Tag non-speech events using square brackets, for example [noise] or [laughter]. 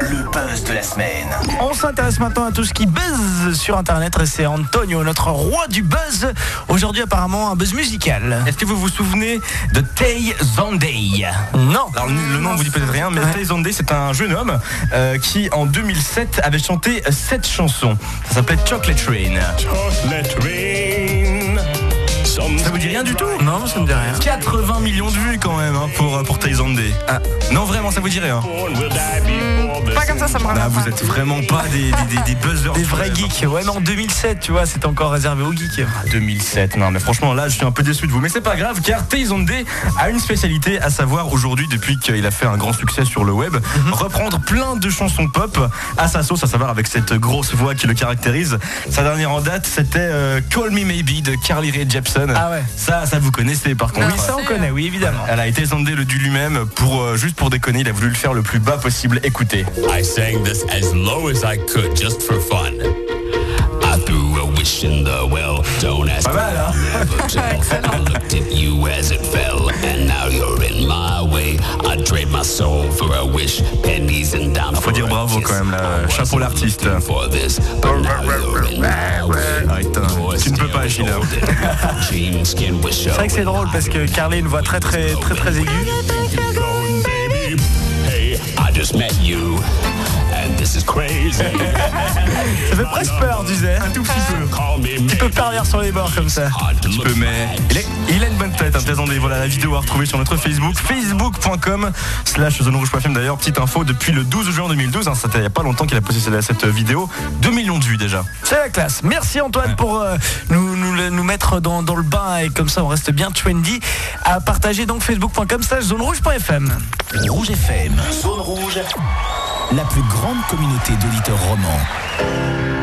Le buzz de la semaine. On s'intéresse maintenant à tout ce qui buzz sur Internet et c'est Antonio, notre roi du buzz. Aujourd'hui apparemment un buzz musical. Est-ce que vous vous souvenez de Tay Zonday Non. Alors le le nom vous dit peut-être rien, mais Tay Zonday c'est un jeune homme euh, qui en 2007 avait chanté cette chanson. Ça s'appelait Chocolate Train. Ça vous dit rien du tout Non, ça me dit rien. 80 millions de vues quand même hein, pour, euh, pour Tay Zonday. Ah. Non vraiment ça vous dit rien Pas comme ça, ça me Bah, revient Vous pas. êtes vraiment pas des, des, des, des buzzers. Des vrais geeks. Ouais, mais en 2007, tu vois, c'était encore réservé aux geeks. 2007. Non, mais franchement, là, je suis un peu déçu de vous. Mais c'est pas grave, car Tyson Day a une spécialité, à savoir aujourd'hui, depuis qu'il a fait un grand succès sur le web, Mhm. reprendre plein de chansons pop à sa sauce, à savoir avec cette grosse voix qui le caractérise. Sa dernière en date, c'était euh, Call Me Maybe de Carly Rae Jepsen. Ah ouais. Ça, ça vous connaissez par contre. Oui, ça on connaît, oui, évidemment. Elle a été sondée le dû lui-même pour euh, juste pour déconner, il a voulu le faire le plus bas possible. Écoutez. I sang this as low as I could just for fun. I threw a wish in the well. Don't ask Pas mal, hein [laughs] never tell. I looked at you as it fell, and now you're in my way. I trade my soul for a wish, pennies and dimes Faut for dire a bravo kiss. quand même, là. I wasn't Chapeau l'artiste. looking For this, but now you're in my way. Ah, putain, You're tu ne peux pas, still Achille. golden. Dreams can wish C'est vrai que c'est drôle parce que Carly a une voix très très très très aiguë. Hey, I just met you, and this is [laughs] crazy. Ça fait presque peur, disais. Un tout petit peu. Call me Tu peux parvenir sur les bords comme ça. hard to peu, mais il, est- il a une bonne tête, hein, plaisantez. Voilà la vidéo à retrouver sur notre Facebook, facebook.com slash zonerouge.fm. D'ailleurs, petite info, depuis le 12 juin 2012, hein, c'était il n'y a pas longtemps qu'il a posté cette, cette vidéo, 2 millions de vues déjà. C'est la classe. Merci Antoine pour euh, nous, nous, le- nous mettre dans, dans le bain et comme ça on reste bien trendy. À partager donc facebook.com slash zonerouge.fm. Rouge FM. Zone rouge. La plus grande communauté d'auditeurs romans.